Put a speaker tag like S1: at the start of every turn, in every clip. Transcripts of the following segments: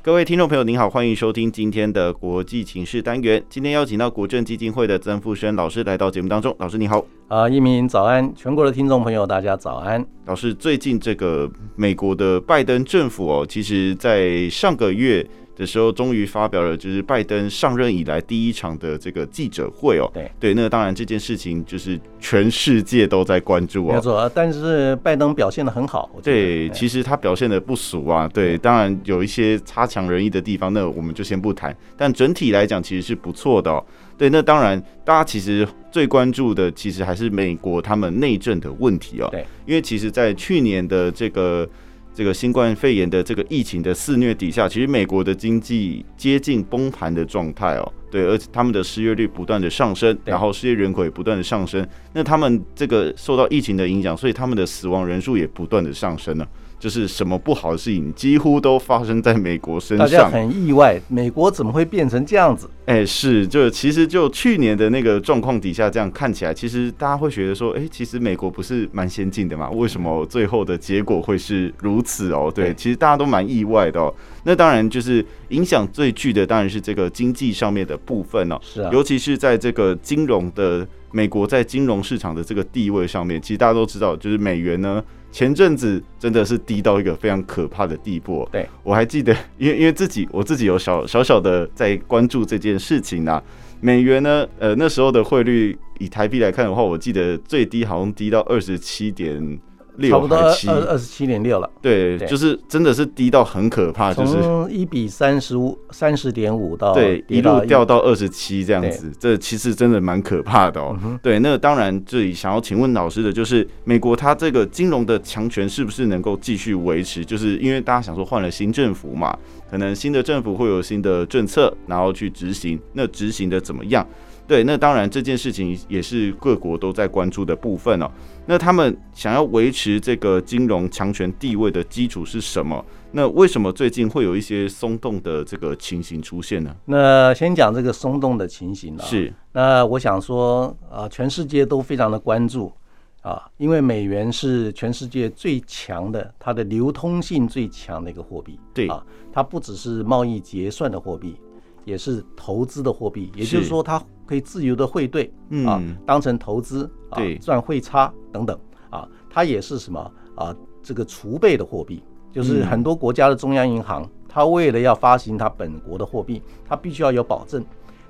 S1: 各位听众朋友，您好，欢迎收听今天的国际情势单元。今天邀请到国政基金会的曾富生老师来到节目当中。老师你好，
S2: 啊，一鸣早安，全国的听众朋友，大家早安。
S1: 老师，最近这个美国的拜登政府哦，其实在上个月的时候，终于发表了就是拜登上任以来第一场的这个记者会哦。
S2: 对
S1: 对，那当然这件事情就是全世界都在关注
S2: 没有
S1: 哦。
S2: 错，但是拜登表现的很好，我觉
S1: 对，
S2: 得
S1: 其实他表现的不俗啊。对，当然有一些差强人意的地方，那我们就先不谈。但整体来讲，其实是不错的、哦。对，那当然，大家其实最关注的，其实还是美国他们内政的问题哦。
S2: 对，
S1: 因为其实，在去年的这个这个新冠肺炎的这个疫情的肆虐底下，其实美国的经济接近崩盘的状态哦。对，而且他们的失业率不断的上升，
S2: 对
S1: 然后失业人口也不断的上升。那他们这个受到疫情的影响，所以他们的死亡人数也不断的上升了。就是什么不好的事情几乎都发生在美国身
S2: 大家
S1: 上。
S2: 很意外，美国怎么会变成这样子？
S1: 哎、是，就其实就去年的那个状况底下，这样看起来，其实大家会觉得说，哎、其实美国不是蛮先进的嘛？为什么最后的结果会是如此哦？对，
S2: 对
S1: 其实大家都蛮意外的哦。那当然，就是影响最巨的当然是这个经济上面的部分哦，
S2: 是啊，
S1: 尤其是在这个金融的美国在金融市场的这个地位上面，其实大家都知道，就是美元呢前阵子真的是低到一个非常可怕的地步哦。
S2: 对
S1: 我还记得，因为因为自己我自己有小小小的在关注这件事情啊。美元呢，呃那时候的汇率以台币来看的话，我记得最低好像低到二十七点
S2: 差
S1: 六
S2: 不多
S1: 还
S2: 二
S1: 七，
S2: 二二十七点六了，
S1: 对，
S2: 对
S1: 就是真的是低到很可怕，啊就是
S2: 从一比三十五三十点五到
S1: 对，一
S2: 哦跌到
S1: 路掉到二十七这样子，这其实真的蛮可怕的哦。
S2: 嗯
S1: 对，那当然，这里想要请问老师的就是，美国它这个金融的强权是不是能够继续维持？就是因为大家想说换了新政府嘛，可能新的政府会有新的政策，然后去执行，那执行的怎么样？对，那当然这件事情也是各国都在关注的部分哦。那他们想要维持这个金融强权地位的基础是什么？那为什么最近会有一些松动的这个情形出现呢？
S2: 那先讲这个松动的情形啊，
S1: 是，
S2: 那我想说啊、全世界都非常的关注啊，因为美元是全世界最强的，它的流通性最强的一个货币。
S1: 对
S2: 啊，它不只是贸易结算的货币，也是投资的货币，也
S1: 是
S2: 就是说它可以自由的汇兑啊
S1: 嗯，，
S2: 当成投资啊
S1: 对，
S2: 赚汇差等等啊，它也是什么啊？这个储备的货币，就是
S1: 嗯
S2: 很多国家的中央银行，它为了要发行它本国的货币，它必须要有保证。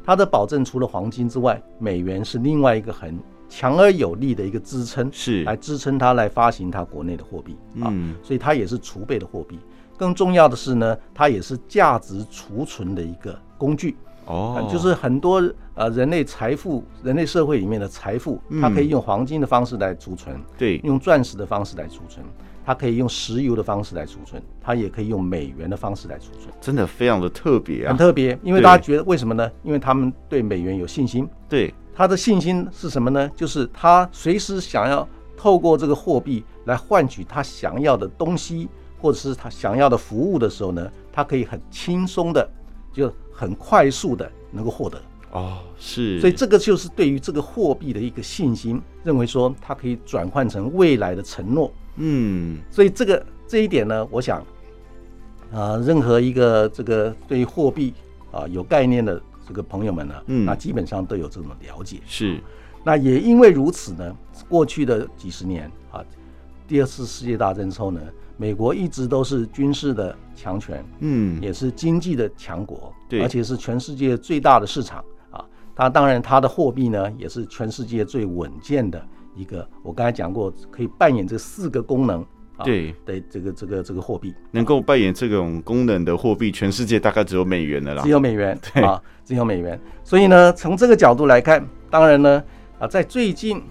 S2: 它的保证除了黄金之外，美元是另外一个很强而有力的一个支撑，
S1: 是，
S2: 来支撑它来发行它国内的货币啊。
S1: 嗯，
S2: 所以它也是储备的货币。更重要的是呢，它也是价值储存的一个工具。
S1: 哦
S2: 呃，就是很多呃人类财富、人类社会里面的财富，
S1: 嗯
S2: 它可以用黄金的方式来储存，
S1: 对，
S2: 用钻石的方式来储存，它可以用石油的方式来储存，它也可以用美元的方式来储存，
S1: 真的非常的特别啊
S2: 很，特别。因为
S1: 对
S2: 大家觉得为什么呢？因为他们对美元有信心，
S1: 对，
S2: 他的信心是什么呢？就是他随时想要透过这个货币来换取他想要的东西，或者是他想要的服务的时候呢，他可以很轻松的，就很快速的能够获得。
S1: 哦，是，
S2: 所以这个就是对于这个货币的一个信心，认为说它可以转换成未来的承诺。
S1: 嗯，
S2: 所以这个这一点呢，我想，啊、任何一个这个对于货币啊、有概念的这个朋友们呢，
S1: 嗯
S2: 那基本上都有这种了解。
S1: 是，
S2: 那也因为如此呢，过去的几十年啊，第二次世界大战之后呢，美国一直都是军事的强权，
S1: 嗯，
S2: 也是经济的强国，
S1: 对
S2: 而且是全世界最大的市场啊。它当然它的货币呢，也是全世界最稳健的一个。我刚才讲过，可以扮演这四个功能啊
S1: 对，
S2: 的这个这个这个货币，
S1: 能够扮演这种功能的货币，全世界大概只有美元了啦
S2: 只。有美元啊，只有美元。所以呢，从这个角度来看，当然呢啊，在最近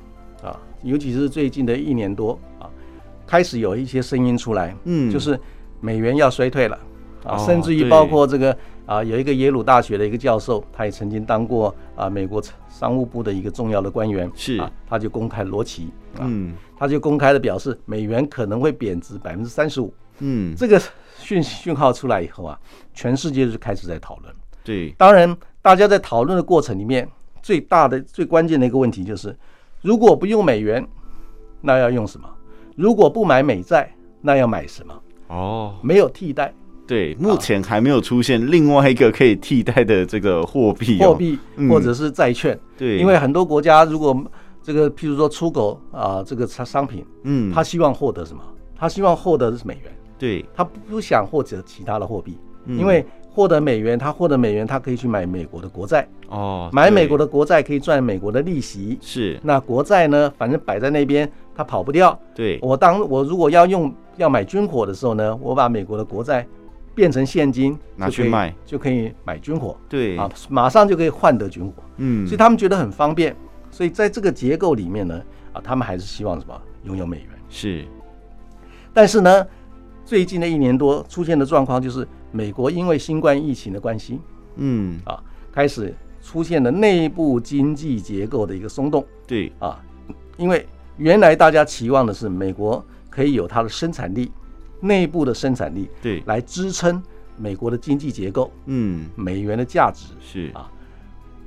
S2: 啊，尤其是最近的一年多啊，开始有一些声音出来，
S1: 嗯
S2: 就是美元要衰退了啊，
S1: 哦
S2: 甚至于
S1: 对
S2: 包括这个啊，有一个耶鲁大学的一个教授，他也曾经当过啊美国商务部的一个重要的官员，
S1: 是
S2: 啊，他就公开罗奇，啊，
S1: 嗯
S2: 他就公开的表示美元可能会贬值百分之三十五，
S1: 嗯，
S2: 这个讯讯号出来以后啊，全世界就开始在讨论。
S1: 对，
S2: 当然，大家在讨论的过程里面，最大的、最关键的一个问题就是，如果不用美元，那要用什么？如果不买美债，那要买什么？
S1: 哦，
S2: 没有替代
S1: 对，目前还没有出现另外一个可以替代的这个货币、哦，
S2: 货币
S1: 嗯
S2: 或者是债券，
S1: 对，
S2: 因为很多国家如果这个，譬如说出口啊、这个商商品，
S1: 嗯，
S2: 他希望获得什么？他希望获得的是美元，
S1: 对，
S2: 他不不想获得其他的货币，
S1: 嗯
S2: 因为获得美元，他获得美元，他可以去买美国的国债，
S1: 哦，
S2: 买美国
S1: 的
S2: 的国债可以赚美国的利息，
S1: 是，
S2: 那国债呢，反正摆在那边，它跑不掉。
S1: 对，
S2: 我当我如果要用要买军火的时候呢，我把美国的国债变成现金，
S1: 拿
S2: 就
S1: 去
S2: 可以
S1: 卖，
S2: 就可以买军火
S1: 对，
S2: 啊，马上就可以换得军火，
S1: 嗯，
S2: 所以他们觉得很方便。所以在这个结构里面呢，啊，他们还是希望什么拥有美元。
S1: 是，
S2: 但是呢，最近的一年多出现的状况就是，美国因为新冠疫情的关系
S1: 嗯，
S2: 啊，开始出现了内部经济结构的一个松动。
S1: 对，
S2: 啊，因为原来大家期望的是美国可以有它的生产力，内部的生产力
S1: 对，
S2: 来支撑美国的经济结构、
S1: 嗯，
S2: 美元的价值。
S1: 是，
S2: 啊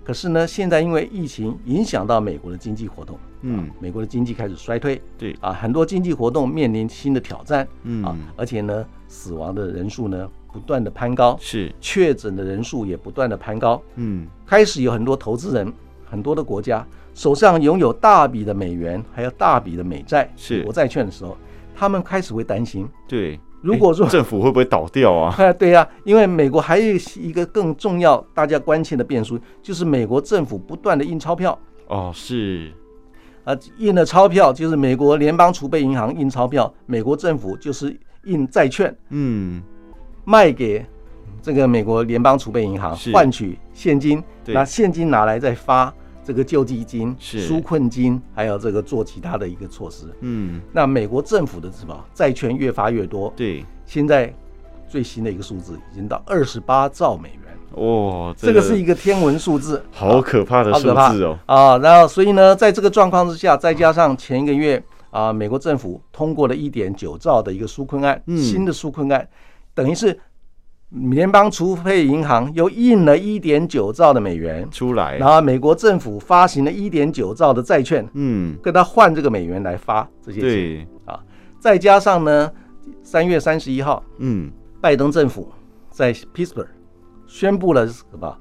S2: 可是呢，现在因为疫情影响到美国的经济活动，
S1: 嗯，
S2: 美国的经济开始衰退
S1: 对，
S2: 啊，很多经济活动面临新的挑战啊
S1: 嗯，，
S2: 而且呢，死亡的人数呢不断的攀高，
S1: 是，
S2: 确诊的人数也不断的攀高，
S1: 嗯，
S2: 开始有很多投资人，很多的国家手上拥有大笔的美元，还有大笔的美债、
S1: 是哎
S2: 美国债券的时候，他们开始会担心。
S1: 对。
S2: 如果
S1: 诶
S2: 说
S1: 政府会不会倒掉啊？
S2: 哎，对呀、因为美国还有一个更重要、大家关切的变数，就是美国政府不断的印钞票，
S1: 哦，是，
S2: 啊，印了钞票就是美国联邦储备银行印钞票，美国政府就是印债券
S1: 嗯，
S2: 卖给这个美国联邦储备银行
S1: 是
S2: 换取现金，
S1: 对
S2: 拿现金拿来再发这个救济金、
S1: 是
S2: 纾困金，还有这个做其他的一个措施。
S1: 嗯，
S2: 那美国政府的什么债券越发越多，
S1: 对，
S2: 现在最新的一个数字已经到二十八兆美元，
S1: 哦，
S2: 这个是一
S1: 个
S2: 个天文数字，
S1: 好可怕的
S2: 好
S1: 数
S2: 可怕
S1: 字哦，
S2: 啊。然后所以呢，在这个状况之下，再加上前一个月啊，美国政府通过了一点九兆的一个纾困案，
S1: 嗯
S2: 新的纾困案，等于是联邦储备银行又印了一点九兆的美元，
S1: 出来，
S2: 然后美国政府发行了一点九兆的债券，
S1: 嗯，
S2: 跟他换这个美元来发这些钱
S1: 对，
S2: 啊。再加上呢，三月三十一号，
S1: 嗯，
S2: 拜登政府在 Pittsburgh 宣布了什么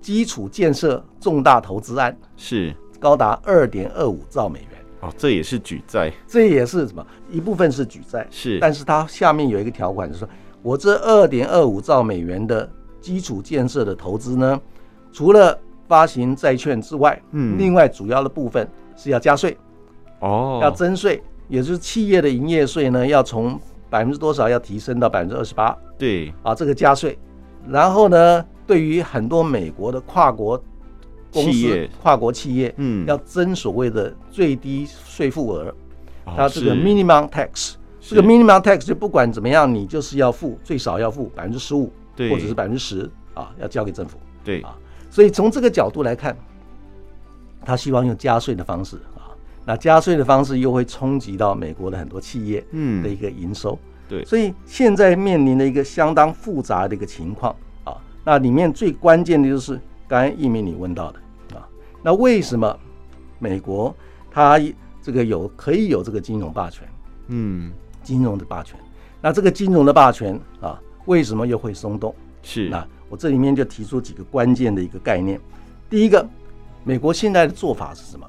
S2: 基础建设重大投资案。
S1: 是，
S2: 高达二点二五兆美元。
S1: 哦，这也是举债，
S2: 这也是什么？一部分是举债，
S1: 是，
S2: 但是它下面有一个条款，就是说我这二点二五兆美元的基础建设的投资呢，除了发行债券之外，
S1: 嗯
S2: 另外主要的部分是要加税，
S1: 哦，
S2: 要征税，也就是企业的营业税呢，要从百分之多少要提升到百分之二十八
S1: 对，
S2: 啊，这个加税。然后呢，对于很多美国的跨国公
S1: 企
S2: 司
S1: 业、
S2: 跨国企业，
S1: 嗯，
S2: 要征所谓的最低税负额，
S1: 哦
S2: 它这个
S1: 是
S2: minimum tax，
S1: 是
S2: 这个 minimum tax 就不管怎么样，你就是要付最少要付百分之十五，
S1: 对
S2: 或者是百分之十啊，要交给政府。
S1: 对
S2: 啊所以从这个角度来看，他希望用加税的方式啊，那加税的方式又会冲击到美国的很多企业
S1: 嗯
S2: 的一个营收。
S1: 对
S2: 所以现在面临的一个相当复杂的一个情况啊。那里面最关键的就是刚才一鸣你问到的啊，那为什么美国它这个有可以有这个金融霸权，
S1: 嗯
S2: 金融的霸权？那这个金融的霸权啊，为什么又会松动？
S1: 是
S2: 那我这里面就提出几个关键的一个概念。第一个，美国现在的做法是什么？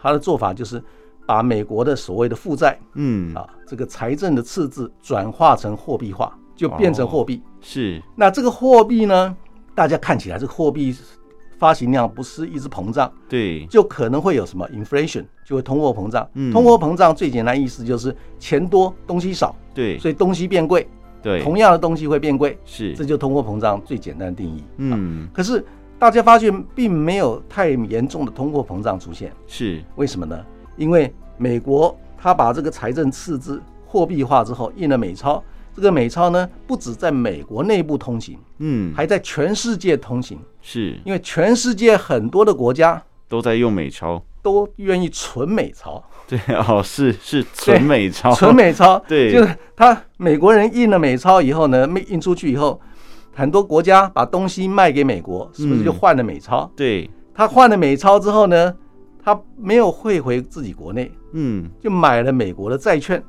S2: 它的做法就是把美国的所谓的负债
S1: 嗯
S2: 啊，这个财政的赤字转化成货币化，就变
S1: 哦
S2: 成货币。
S1: 是
S2: 那这个货币呢，大家看起来这个货币发行量不是一直膨胀，
S1: 对
S2: 就可能会有什么 inflation，就会通货膨胀。
S1: 嗯
S2: 通货膨胀最简单意思就是钱多东西少，
S1: 对
S2: 所以东西变贵，
S1: 对
S2: 同样的东西会变贵，
S1: 是
S2: 这就通货膨胀最简单的定义。
S1: 嗯
S2: 可是大家发现并没有太严重的通货膨胀出现，
S1: 是
S2: 为什么呢？因为美国它把这个财政赤字货币化之后，印了美钞，这个美钞呢，不止在美国内部通行，
S1: 嗯，
S2: 还在全世界通行，
S1: 是
S2: 因为全世界很多的国家
S1: 都在用美钞，
S2: 都愿意存美钞，
S1: 对哦，是是纯美钞，
S2: 存美钞，
S1: 哦 对
S2: 就是他美国人印了美钞以后呢，印出去以后，很多国家把东西卖给美国，是不是就
S1: 嗯
S2: 换了美钞？
S1: 对，
S2: 他换了美钞之后呢，他没有汇回自己国内，
S1: 嗯，
S2: 就买了美国的债券，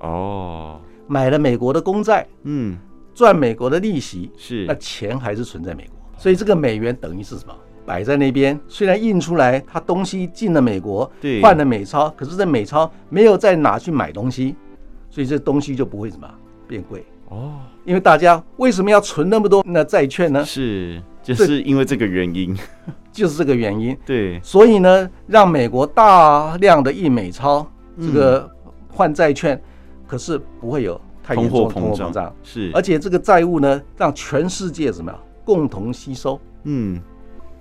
S1: 哦，
S2: 买了美国的公债，
S1: 嗯，
S2: 赚美国的利息，
S1: 是
S2: 那钱还是存在美国，所以这个美元等于是什么？摆在那边，虽然印出来，它东西进了美国，
S1: 对
S2: 换了美钞，可是这美钞没有再拿去买东西，所以这东西就不会什么变贵。
S1: 哦，
S2: 因为大家为什么要存那么多那债券呢？
S1: 是，就是因为这个原因，
S2: 就是这个原因。
S1: 对，
S2: 所以呢，让美国大量的印美钞，
S1: 嗯
S2: 这个换债券，可是不会有 太
S1: 通
S2: 严重
S1: 货
S2: 的通货
S1: 膨
S2: 膨胀
S1: 胀，是，
S2: 而且这个债务呢，让全世界怎么样共同吸收？
S1: 嗯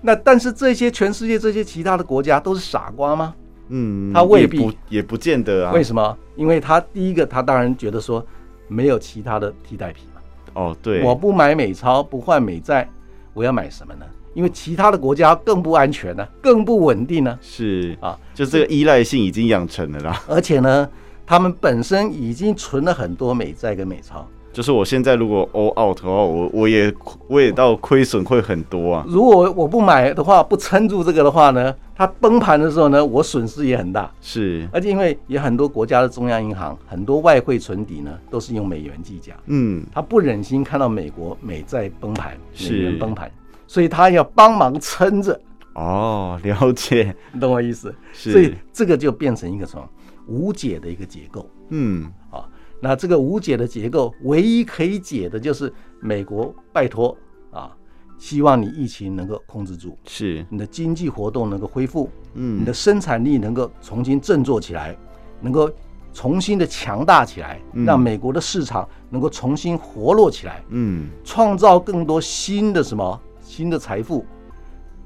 S2: 那但是这些全世界这些其他的国家都是傻瓜吗？
S1: 嗯，
S2: 它未
S1: 也
S2: 必
S1: 不也不见得啊，
S2: 为什么？因为他第一个，他当然觉得说没有其他的替代品嘛。
S1: 哦，对，
S2: 我不买美钞，不换美债，我要买什么呢？因为其他的国家更不安全呢、更不稳定呢、
S1: 是，
S2: 啊，
S1: 就这个依赖性已经养成了啦。
S2: 而且呢，他们本身已经存了很多美债跟美钞。
S1: 就是我现在如果 all out 的话，我我也我也到亏损会很多啊。
S2: 如果我不买的话，不撑住这个的话呢，它崩盘的时候呢，我损失也很大。
S1: 是，
S2: 而且因为有很多国家的中央银行，很多外汇存底呢都是用美元计价，
S1: 嗯，
S2: 他不忍心看到美国美债崩盘、美
S1: 是
S2: 元崩盘，所以他要帮忙撑着，
S1: 哦，了解，
S2: 你懂我意思？
S1: 是
S2: 所以这个就变成一个什么无解的一个结构。
S1: 嗯，
S2: 啊。那这个无解的结构，唯一可以解的就是美国拜托啊，希望你疫情能够控制住，
S1: 是，
S2: 你的经济活动能够恢复，你
S1: 嗯
S2: 的，生产力能够重新振作起来，能够重新的强大起来，
S1: 嗯
S2: 让美国的市场能够重新活络起来，
S1: 嗯，
S2: 创造更多新的什么新的财富。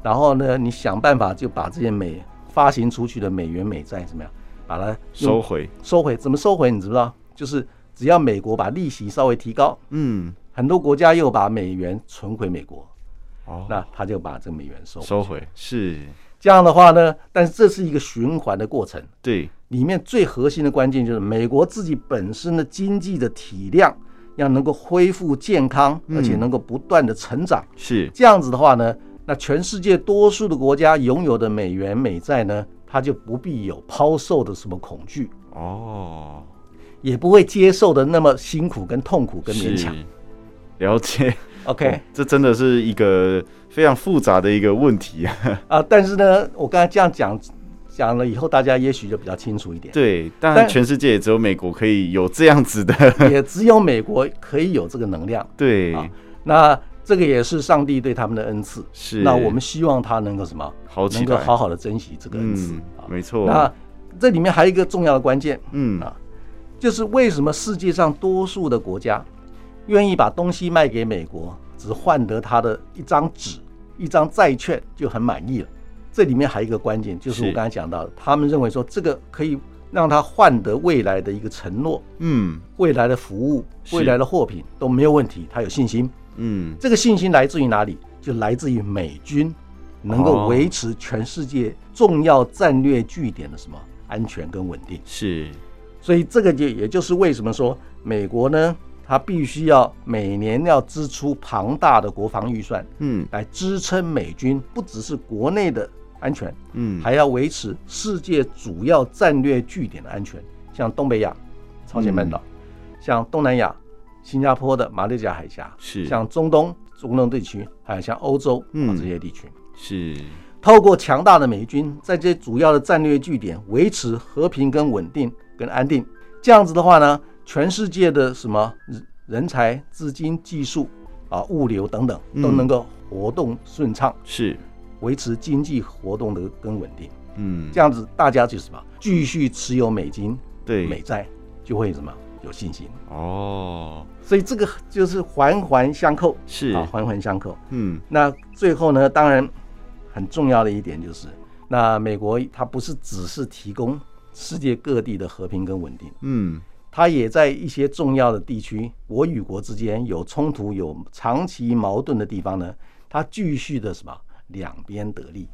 S2: 然后呢，你想办法就把这些美发行出去的美元美债怎么样，把它用
S1: 收回，
S2: 收回，怎么收回？你知不知道？就是只要美国把利息稍微提高，
S1: 嗯，
S2: 很多国家又把美元存回美国，
S1: 哦，
S2: 那他就把这个美元收回。
S1: 收回是，
S2: 这样的话呢，但是这是一个循环的过程，
S1: 对，
S2: 里面最核心的关键就是美国自己本身的经济的体量要能够恢复健康，
S1: 嗯
S2: 而且能够不断的成长。
S1: 是，
S2: 这样子的话呢，那全世界多数的国家拥有的美元美债呢，它就不必有抛售的什么恐惧。
S1: 哦，
S2: 也不会接受的那么辛苦、跟痛苦、跟勉强。
S1: 是，了解。
S2: OK
S1: 哦这真的是一个非常复杂的一个问题啊。
S2: 啊，但是呢，我刚才这样讲讲了以后，大家也许就比较清楚一点。
S1: 对，当
S2: 但
S1: 然全世界也只有美国可以有这样子的。
S2: 也只有美国可以有这个能量，
S1: 对，
S2: 啊那这个也是上帝对他们的恩赐。
S1: 是
S2: 那我们希望他能够什么？
S1: 好起
S2: 能够
S1: 来，
S2: 好好的珍惜这个恩赐
S1: 嗯
S2: 啊，。
S1: 没错。
S2: 那这里面还有一个重要的关键，
S1: 嗯
S2: 啊就是为什么世界上多数的国家愿意把东西卖给美国，只换得他的一张纸、一张债券就很满意了？这里面还有一个关键，就是我
S1: 是
S2: 刚才讲到的，他们认为说这个可以让他换得未来的一个承诺、
S1: 嗯
S2: 未来的服务、
S1: 是
S2: 未来的货品都没有问题，他有信心。
S1: 嗯，
S2: 这个信心来自于哪里？就来自于美军能够
S1: 哦
S2: 维持全世界重要战略据点的什么安全跟稳定。
S1: 是，
S2: 所以这个就也就是为什么说美国呢，它必须要每年要支出庞大的国防预算
S1: 嗯
S2: 来支撑美军，不只是国内的安全，
S1: 嗯，
S2: 还要维持世界主要战略据点的安全，像东北亚、朝鲜半岛，
S1: 嗯
S2: 像东南亚、新加坡的马六甲海峡，
S1: 是
S2: 像中东、中东地区，还有像欧洲啊
S1: 嗯
S2: 这些地区。
S1: 是，
S2: 透过强大的美军在这些主要的战略据点维持和平跟稳定跟安定。这样子的话呢，全世界的什么人人才、资金、技术啊、物流等等
S1: 嗯
S2: 都能够活动顺畅，
S1: 是，
S2: 维持经济活动的跟稳定。
S1: 嗯，
S2: 这样子大家就什么继续持有美金、
S1: 对，
S2: 美债，就会什么有信心。
S1: 哦，
S2: 所以这个就是环环相扣，
S1: 是，
S2: 啊，环环相扣。
S1: 嗯
S2: 那最后呢，当然很重要的一点就是，那美国它不是只是提供世界各地的和平跟稳定，
S1: 嗯，
S2: 它也在一些重要的地区，国与国之间有冲突、有长期矛盾的地方呢，它继续的什么两边得利。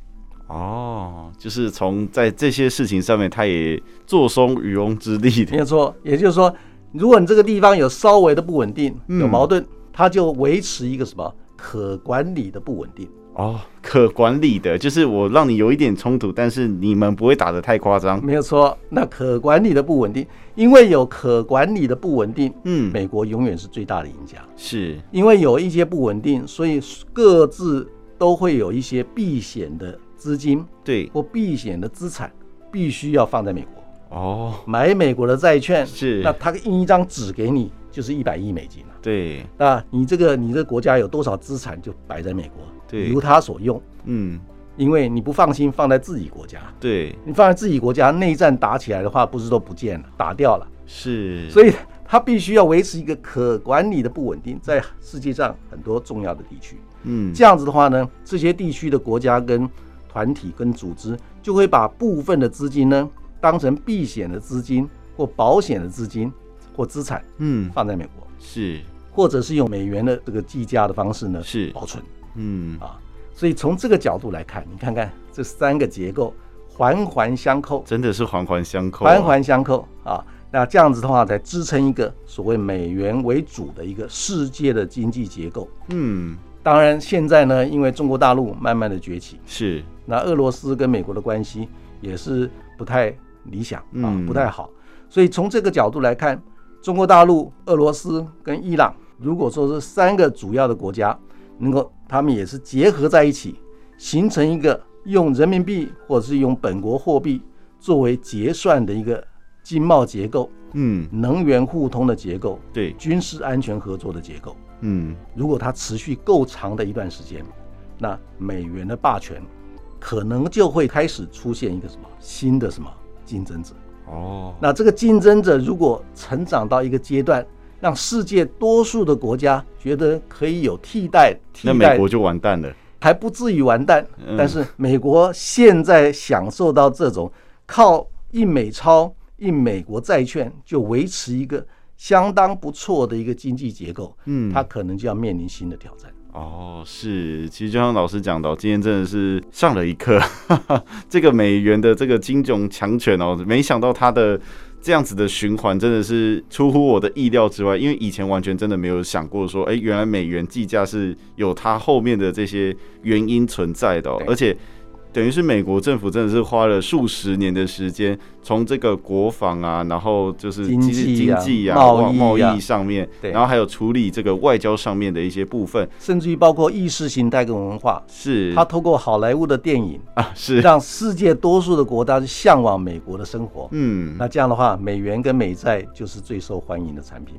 S1: 哦，就是从在这些事情上面，他也坐收渔翁之利
S2: 没
S1: 的。
S2: 有错，也就是说，如果你这个地方有稍微的不稳定、
S1: 嗯
S2: 有矛盾，它就维持一个什么可管理的不稳定。
S1: 哦，可管理的，就是我让你有一点冲突，但是你们不会打得太夸张。
S2: 没有错，那可管理的不稳定，因为有可管理的不稳定，
S1: 嗯，
S2: 美国永远是最大的赢家。
S1: 是
S2: 因为有一些不稳定，所以各自都会有一些避险的资金
S1: 对
S2: 或避险的资产，必须要放在美国，
S1: 哦，
S2: 买美国的债券。
S1: 是
S2: 那他印一张纸给你，就是一百亿美金了、
S1: 对，
S2: 那你这个你这个国家有多少资产就摆在美国，
S1: 对
S2: 由他所用，
S1: 嗯，
S2: 因为你不放心放在自己国家，
S1: 对，
S2: 你放在自己国家内战打起来的话，不是都不见了，打掉了，
S1: 是，
S2: 所
S1: 以
S2: 以他必须要维持一个可管理的不稳定，在世界上很多重要的地区。
S1: 嗯，
S2: 这样子的话呢，这些地区的国家跟团体跟组织就会把部分的资金呢当成避险的资金或保险的资金或资产
S1: 嗯
S2: 放在美国，
S1: 是
S2: 或者是用美元的这个计价的方式呢
S1: 是
S2: 保存
S1: 嗯
S2: 啊。所以从这个角度来看，你看看这三个结构环环相扣，
S1: 真的是环环相扣啊、
S2: 环环相扣啊。那这样子的话，才支撑一个所谓美元为主的一个世界的经济结构。
S1: 嗯
S2: 当然，现在呢，因为中国大陆慢慢的崛起，
S1: 是
S2: 那俄罗斯跟美国的关系也是不太理想啊
S1: 嗯，
S2: 不太好。所以从这个角度来看，中国大陆、俄罗斯跟伊朗，如果说是三个主要的国家，能够他们也是结合在一起，形成一个用人民币或者是用本国货币作为结算的一个经贸结构、
S1: 嗯
S2: 能源互通的结构、
S1: 对
S2: 军事安全合作的结构。
S1: 嗯
S2: 如果它持续够长的一段时间，那美元的霸权可能就会开始出现一个什么新的什么竞争者。
S1: 哦
S2: 那这个竞争者如果成长到一个阶段，让世界多数的国家觉得可以有替代，替
S1: 那
S2: 代
S1: 美国就完蛋了。
S2: 还不至于完蛋。
S1: 嗯
S2: 但是美国现在享受到这种靠印美钞、印美国债券就维持一个相当不错的一个经济结构，
S1: 嗯
S2: 它可能就要面临新的挑战。
S1: 哦，是，其实就像老师讲的哦，今天真的是上了一课， 哈哈，这个美元的这个金融强权哦，没想到它的这样子的循环真的是出乎我的意料之外，因为以前完全真的没有想过说，哎、原来美元计价是有它后面的这些原因存在的、哦
S2: 对，
S1: 而且。等于是美国政府真的是花了数十年的时间，从这个国防啊，然后就是
S2: 经
S1: 其实
S2: 济
S1: 经
S2: 啊
S1: 济啊、
S2: 贸易
S1: 贸
S2: 啊
S1: 易上面，
S2: 对
S1: 然后还有处理这个外交上面的一些部分，
S2: 甚至于包括意识形态跟文化。
S1: 是
S2: 他透过好莱坞的电影，
S1: 啊，是，
S2: 让世界多数的国家去向往美国的生活。
S1: 嗯，
S2: 那这样的话，美元跟美债就是最受欢迎的产品。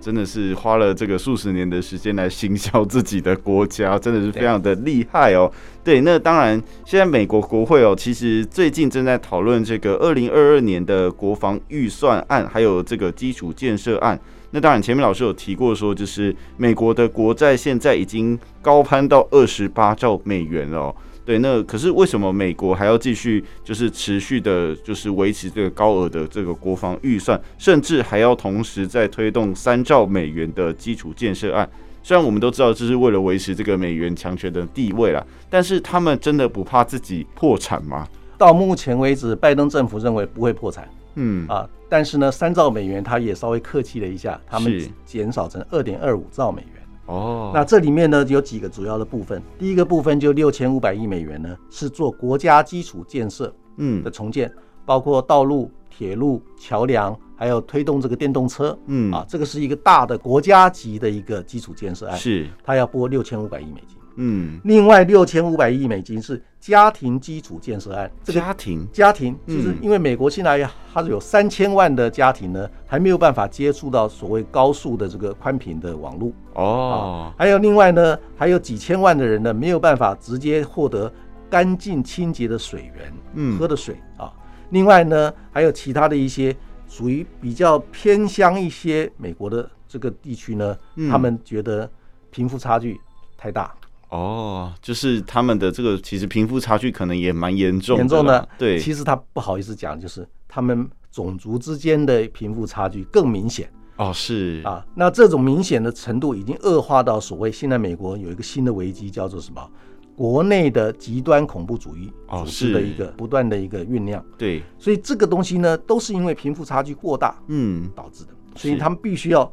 S1: 真的是花了这个数十年的时间来行销自己的国家，真的是非常的厉害哦。对，那当然，现在美国国会哦，其实最近正在讨论这个二零二二年的国防预算案，还有这个基础建设案。那当然，前面老师有提过说，就是美国的国债现在已经高攀到二十八兆美元了、哦。对，那可是为什么美国还要继续就是持续的，就是维持这个高额的这个国防预算，甚至还要同时在推动三兆美元的基础建设案？虽然我们都知道这是为了维持这个美元强权的地位啦，但是他们真的不怕自己破产吗？
S2: 到目前为止，拜登政府认为不会破产
S1: 嗯，
S2: 啊，但是呢，三兆美元他也稍微客气了一下，他
S1: 是
S2: 们减少成二点二五兆美元。
S1: 哦
S2: 那这里面呢有几个主要的部分，第一个部分就六千五百亿美元呢是做国家基础建设，
S1: 嗯
S2: 的重建，包括道路、铁路、桥梁，还有推动这个电动车。
S1: 嗯
S2: 啊，这个是一个大的国家级的一个基础建设案，
S1: 是
S2: 它要拨六千五百亿美金。
S1: 嗯
S2: 另外六千五百亿美金是家庭基础建设案，这个
S1: 家庭
S2: 家庭就是
S1: 嗯
S2: 因为美国现在呀它是有三千万的家庭呢，还没有办法接触到所谓高速的这个宽频的网络。
S1: 哦
S2: 还有另外呢，还有几千万的人呢，没有办法直接获得干净清洁的水源，
S1: 嗯
S2: 喝的水啊。另外呢，还有其他的一些属于比较偏乡一些美国的这个地区呢，
S1: 嗯
S2: 他们觉得贫富差距太大，
S1: 哦，就是他们的这个其实贫富差距可能也蛮严重
S2: 严重
S1: 的
S2: 的
S1: 啦，对，
S2: 其实他不好意思讲，就是他们种族之间的贫富差距更明显
S1: 哦，是
S2: 啊。那这种明显的程度已经恶化到所谓现在美国有一个新的危机，叫做什么？国内的极端恐怖主义
S1: 哦
S2: 组织的
S1: 是
S2: 一个不断的一个酝酿，
S1: 对，
S2: 所以这个东西呢，都是因为贫富差距过大
S1: 嗯，
S2: 导致的，所以
S1: 是
S2: 他们必须要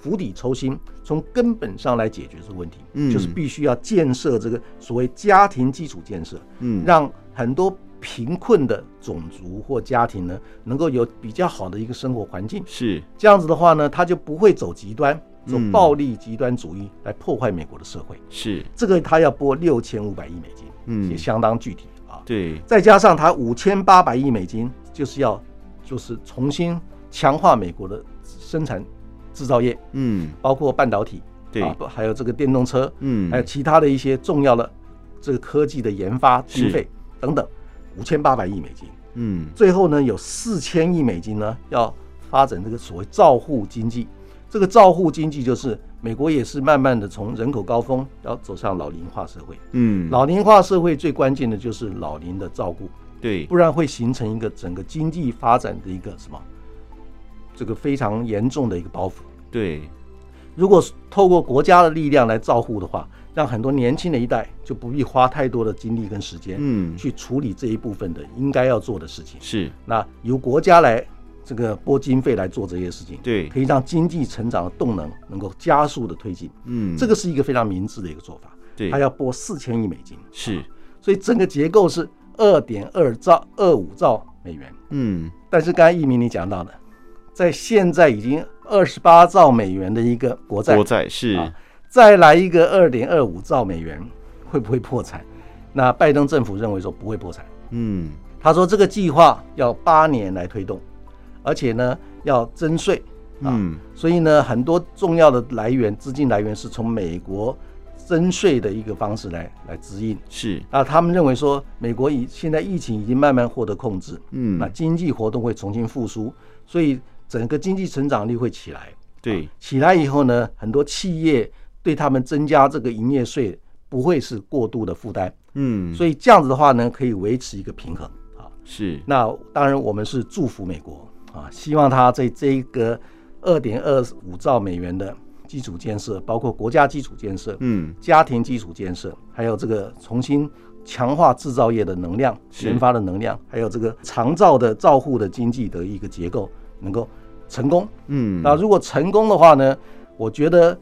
S2: 釜底抽薪，从根本上来解决这个问题，
S1: 嗯
S2: 就是必须要建设这个所谓家庭基础建设，
S1: 嗯，
S2: 让很多贫困的种族或家庭呢，能够有比较好的一个生活环境。
S1: 是
S2: 这样子的话呢，他就不会走极端，走
S1: 嗯
S2: 暴力极端主义来破坏美国的社会。
S1: 是，
S2: 这个他要拨六千五百亿美金，
S1: 嗯
S2: 也相当具体啊。
S1: 对，
S2: 再加上他五千八百亿美金，就是要就是重新强化美国的生产制造业，
S1: 嗯，
S2: 包括半导体，
S1: 对
S2: 啊，不还有这个电动车，
S1: 嗯，
S2: 还有其他的一些重要的这个科技的研发经费等等，五千八百亿美金。
S1: 嗯，
S2: 最后呢，有四千亿美金呢要发展这个所谓照护经济。这个照护经济就是美国也是慢慢的从人口高峰要走向老龄化社会。
S1: 嗯，
S2: 老龄化社会最关键的就是老龄的照顾，
S1: 对，
S2: 不然会形成一个整个经济发展的一个什么，这个非常严重的一个包袱。
S1: 对，
S2: 如果是透过国家的力量来照护的话，让很多年轻的一代就不必花太多的精力跟时间
S1: 嗯，
S2: 去处理这一部分的应该要做的事情。
S1: 是，
S2: 那由国家来这个拨经费来做这些事情，
S1: 对
S2: 可以让经济成长的动能能够加速的推进，
S1: 嗯，
S2: 这个是一个非常明智的一个做法。
S1: 对
S2: 它要拨四千亿美金，
S1: 是，
S2: 所以整个结构是二点二兆、二五兆美元。
S1: 嗯，
S2: 但是刚才一鸣你讲到的，在现在已经二十八兆美元的一个国债，
S1: 国债是，
S2: 啊再来一个二点二五兆美元，会不会破产？那拜登政府认为说不会破产。
S1: 嗯，
S2: 他说这个计划要八年来推动，而且呢要征税啊，
S1: 嗯，
S2: 所以呢很多重要的来源资金来源是从美国征税的一个方式来来指引。
S1: 是，
S2: 啊，他们认为说，美国以现在疫情已经慢慢获得控制，
S1: 嗯
S2: 那经济活动会重新复苏，所以整个经济成长率会起来。
S1: 对，
S2: 起来以后呢，很多企业对他们增加这个营业税不会是过度的负担，
S1: 嗯，
S2: 所以这样子的话呢，可以维持一个平衡啊。
S1: 是，
S2: 那当然，我们是祝福美国啊，希望它在这一个二点二五兆美元的基础建设，包括国家基础建设，
S1: 嗯，
S2: 家庭基础建设，还有这个重新强化制造业的能量、
S1: 是
S2: 研发的能量，还有这个长照的照护的经济的一个结构能够成功。
S1: 嗯，
S2: 那如果成功的话呢，我觉得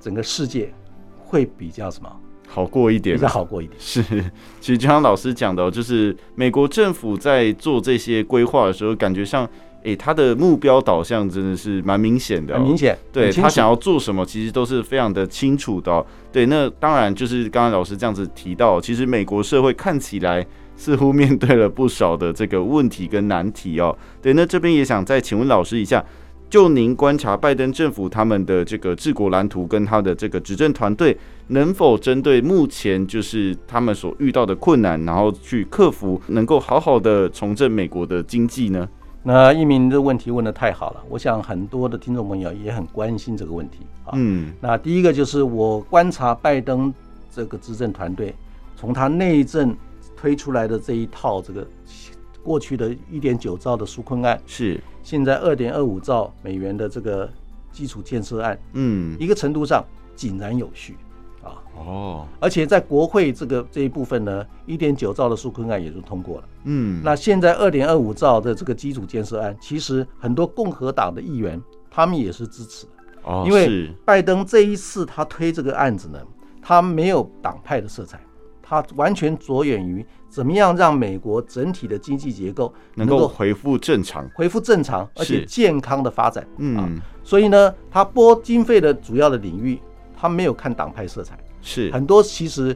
S2: 整个世界会比较什么，
S1: 好过一
S2: 比
S1: 点
S2: 较，好过一点。
S1: 是，其实就像老师讲的哦，就是美国政府在做这些规划的时候，感觉上，诶、它的目标导向真的是蛮明显的、哦
S2: 很明。显，
S1: 对
S2: 很清
S1: 他
S2: 楚
S1: 想要做什么，其实都是非常的清楚的哦、对，那当然就是刚刚老师这样子提到，其实美国社会看起来似乎面对了不少的这个问题跟难题哦。对，那这边也想再请问老师一下，就您观察拜登政府他们的这个治国蓝图跟他的这个执政团队，能否针对目前就是他们所遇到的困难，然后去克服，能够好好的重振美国的经济呢？
S2: 那一鸣这问题问得太好了，我想很多的听众朋友也很关心这个问题啊。
S1: 嗯，
S2: 那第一个就是我观察拜登这个执政团队，从他内政推出来的这一套这个过去的一点九兆的纾困案，
S1: 是，
S2: 现在二点二五兆美元的这个基础建设案，
S1: 嗯，
S2: 一个程度上井然有序啊。
S1: 哦，
S2: 而且在国会这个这一部分呢，一点九兆的纾困案也就通过了。
S1: 嗯，
S2: 那现在二点二五兆的这个基础建设案，其实很多共和党的议员他们也是支持的。
S1: 哦，
S2: 因为
S1: 是
S2: 拜登这一次他推这个案子呢，他没有党派的色彩，他完全着眼于怎么样让美国整体的经济结构
S1: 能够恢复正常。
S2: 恢复正常而且
S1: 是
S2: 健康的发展。
S1: 嗯，
S2: 所以呢，他拨经费的主要的领域，他没有看党派色彩，
S1: 是，
S2: 很啊多其实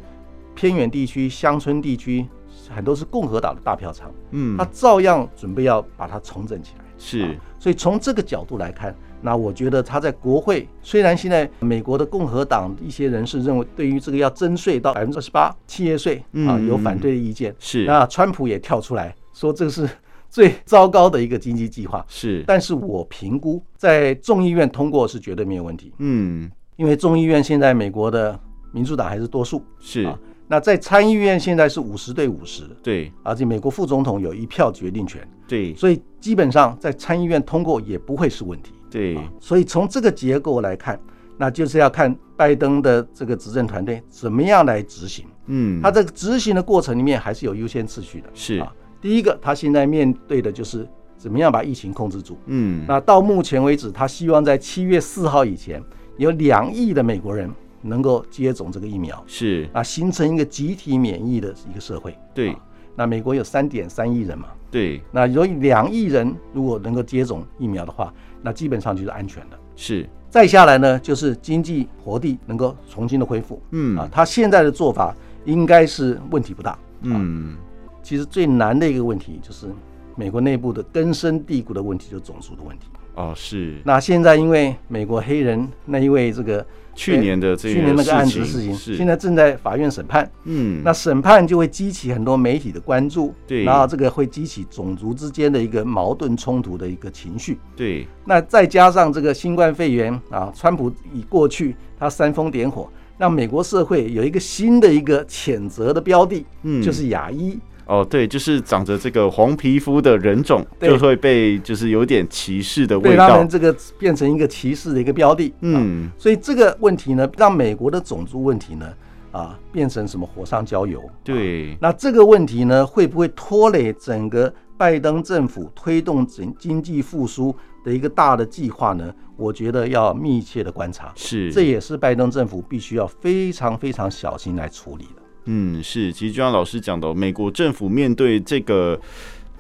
S2: 偏远地区、乡村地区很多是共和党的大票仓，
S1: 嗯
S2: 他，照样准备要把它重整起来。
S1: 是，
S2: 所以从这个角度来看，那我觉得他在国会虽然现在美国的共和党一些人士认为对于这个要征税到百分之二十八企业税啊
S1: 嗯
S2: 有反对的意见，
S1: 是
S2: 那川普也跳出来说这是最糟糕的一个经济计划。
S1: 是，
S2: 但是我评估在众议院通过是绝对没有问题，
S1: 嗯，
S2: 因为众议院现在美国的民主党还是多数，
S1: 是
S2: 啊，那在参议院现在是五十对五十，
S1: 对
S2: 而且美国副总统有一票决定权，
S1: 对
S2: 所以基本上在参议院通过也不会是问题。
S1: 对
S2: 所以从这个结构来看，那就是要看拜登的这个执政团队怎么样来执行。
S1: 嗯，
S2: 他这个执行的过程里面还是有优先次序的。
S1: 是
S2: 啊，第一个，他现在面对的就是怎么样把疫情控制住。
S1: 嗯
S2: 那啊到目前为止，他希望在七月四号以前，有两亿的美国人能够接种这个疫苗，
S1: 是
S2: 啊，形成一个集体免疫的一个社会。
S1: 对
S2: 啊那美国有三点三亿人嘛，
S1: 对
S2: 那有两亿人如果能够接种疫苗的话，那基本上就是安全的。
S1: 是
S2: 再下来呢，就是经济活力能够重新的恢复。
S1: 嗯
S2: 啊，他现在的做法应该是问题不大。
S1: 嗯
S2: 啊其实最难的一个问题就是美国内部的根深蒂固的问题，就是种族的问题。
S1: 哦是
S2: 那现在因为美国黑人那一位这个
S1: 去年的这
S2: 去年那个案子
S1: 情
S2: 的事情，
S1: 是
S2: 现在正在法院审判。
S1: 嗯
S2: 那审判就会激起很多媒体的关注，
S1: 对
S2: 然后这个会激起种族之间的一个矛盾冲突的一个情绪。
S1: 对
S2: 那再加上这个新冠肺炎啊，川普以过去他煽风点火，让美国社会有一个新的一个谴责的标的，
S1: 嗯
S2: 就是亚裔。
S1: 哦对，就是长着这个黄皮肤的人种
S2: 对
S1: 就会被就是有点歧视的
S2: 对
S1: 味
S2: 他
S1: 道
S2: 们，这个变成一个歧视的一个标的。啊
S1: 嗯
S2: 所以这个问题呢，让美国的种族问题呢，啊，变成什么火上浇油。啊
S1: 对
S2: 那这个问题呢，会不会拖累整个拜登政府推动整经济复苏的一个大的计划呢？我觉得要密切的观察，
S1: 是
S2: 这也是拜登政府必须要非常非常小心来处理的。
S1: 嗯，是，其实就像老师讲的哦，美国政府面对这个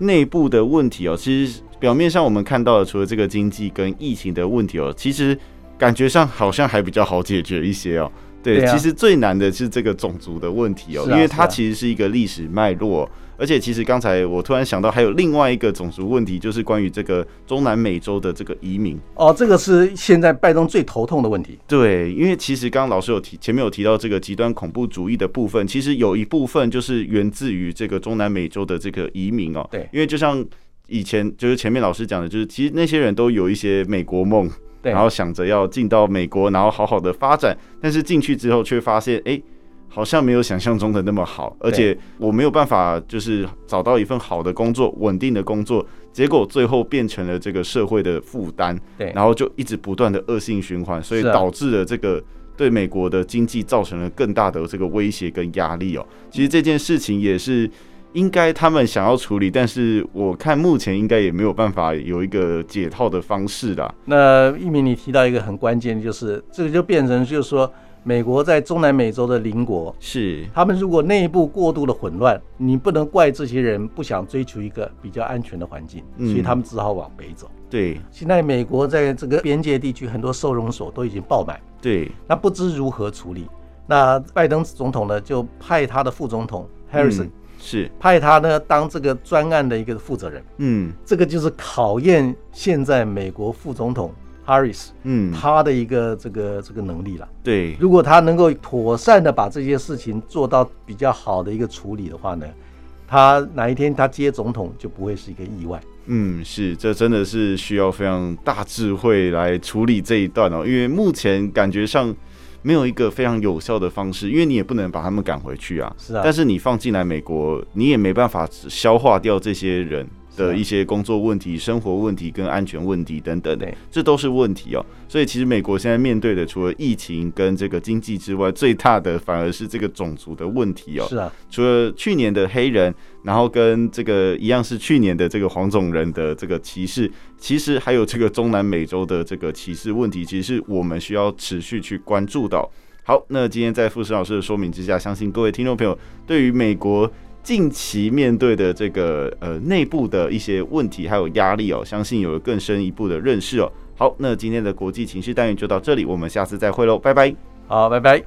S1: 内部的问题哦，其实表面上我们看到的，除了这个经济跟疫情的问题哦，其实感觉上好像还比较好解决一些哦。对，
S2: 对啊
S1: 其实最难的是这个种族的问题哦，
S2: 是啊
S1: 因为
S2: 是
S1: 它
S2: 啊
S1: 其实是一个历史脉络、而且其实刚才我突然想到，还有另外一个种族问题，就是关于这个中南美洲的这个移民。
S2: 哦，这个是现在拜登最头痛的问题。
S1: 对，因为其实刚刚老师有提，前面有提到这个极端恐怖主义的部分，其实有一部分就是源自于这个中南美洲的这个移民哦。
S2: 对
S1: 因为就像以前就是前面老师讲的，就是其实那些人都有一些美国梦，
S2: 对，
S1: 然后想着要进到美国，然后好好的发展，但是进去之后却发现，哎，好像没有想象中的那么好，而且我没有办法就是找到一份好的工作、稳定的工作，结果最后变成了这个社会的负担，
S2: 对
S1: 然后就一直不断的恶性循环，所以
S2: 是啊
S1: 导致了这个。对美国的经济造成了更大的这个威胁跟压力哦。其实这件事情也是应该他们想要处理，但是我看目前应该也没有办法有一个解套的方式啦。
S2: 那一鸣，你提到一个很关键，就是这个就变成就是说，美国在中南美洲的邻国，
S1: 是，
S2: 他们如果内部过度的混乱，你不能怪这些人不想追求一个比较安全的环境，
S1: 嗯
S2: 所以他们只好往北走。
S1: 对
S2: 现在美国在这个边界地区很多收容所都已经爆满，
S1: 对，
S2: 那不知如何处理。那拜登总统呢，就派他的副总统 Harrison，、
S1: 嗯是，
S2: 派他呢当这个专案的一个负责人。
S1: 嗯
S2: 这个就是考验现在美国副总统 Harris
S1: 嗯，
S2: 他的一个这个这个能力了。
S1: 对
S2: 如果他能够妥善的把这些事情做到比较好的一个处理的话呢，他哪一天他接总统就不会是一个意外。
S1: 嗯，是，这真的是需要非常大智慧来处理这一段哦，因为目前感觉上没有一个非常有效的方式，因为你也不能把他们赶回去啊，
S2: 是啊
S1: 但是你放进来美国，你也没办法消化掉这些人
S2: 啊
S1: 的一些工作问题、生活问题跟安全问题等等的
S2: 对，
S1: 这都是问题哦。所以其实美国现在面对的，除了疫情跟这个经济之外，最大的反而是这个种族的问题哦。
S2: 是啊，
S1: 除了去年的黑人，然后跟这个一样是去年的这个黄种人的这个歧视，其实还有这个中南美洲的这个歧视问题，其实是我们需要持续去关注的哦。好，那今天在傅石老师的说明之下，相信各位听众朋友对于美国近期面对的这个呃内部的一些问题还有压力哦，相信有了更深一步的认识哦。好，那今天的国际情势单元就到这里，我们下次再会喽，拜拜。
S2: 好，拜拜。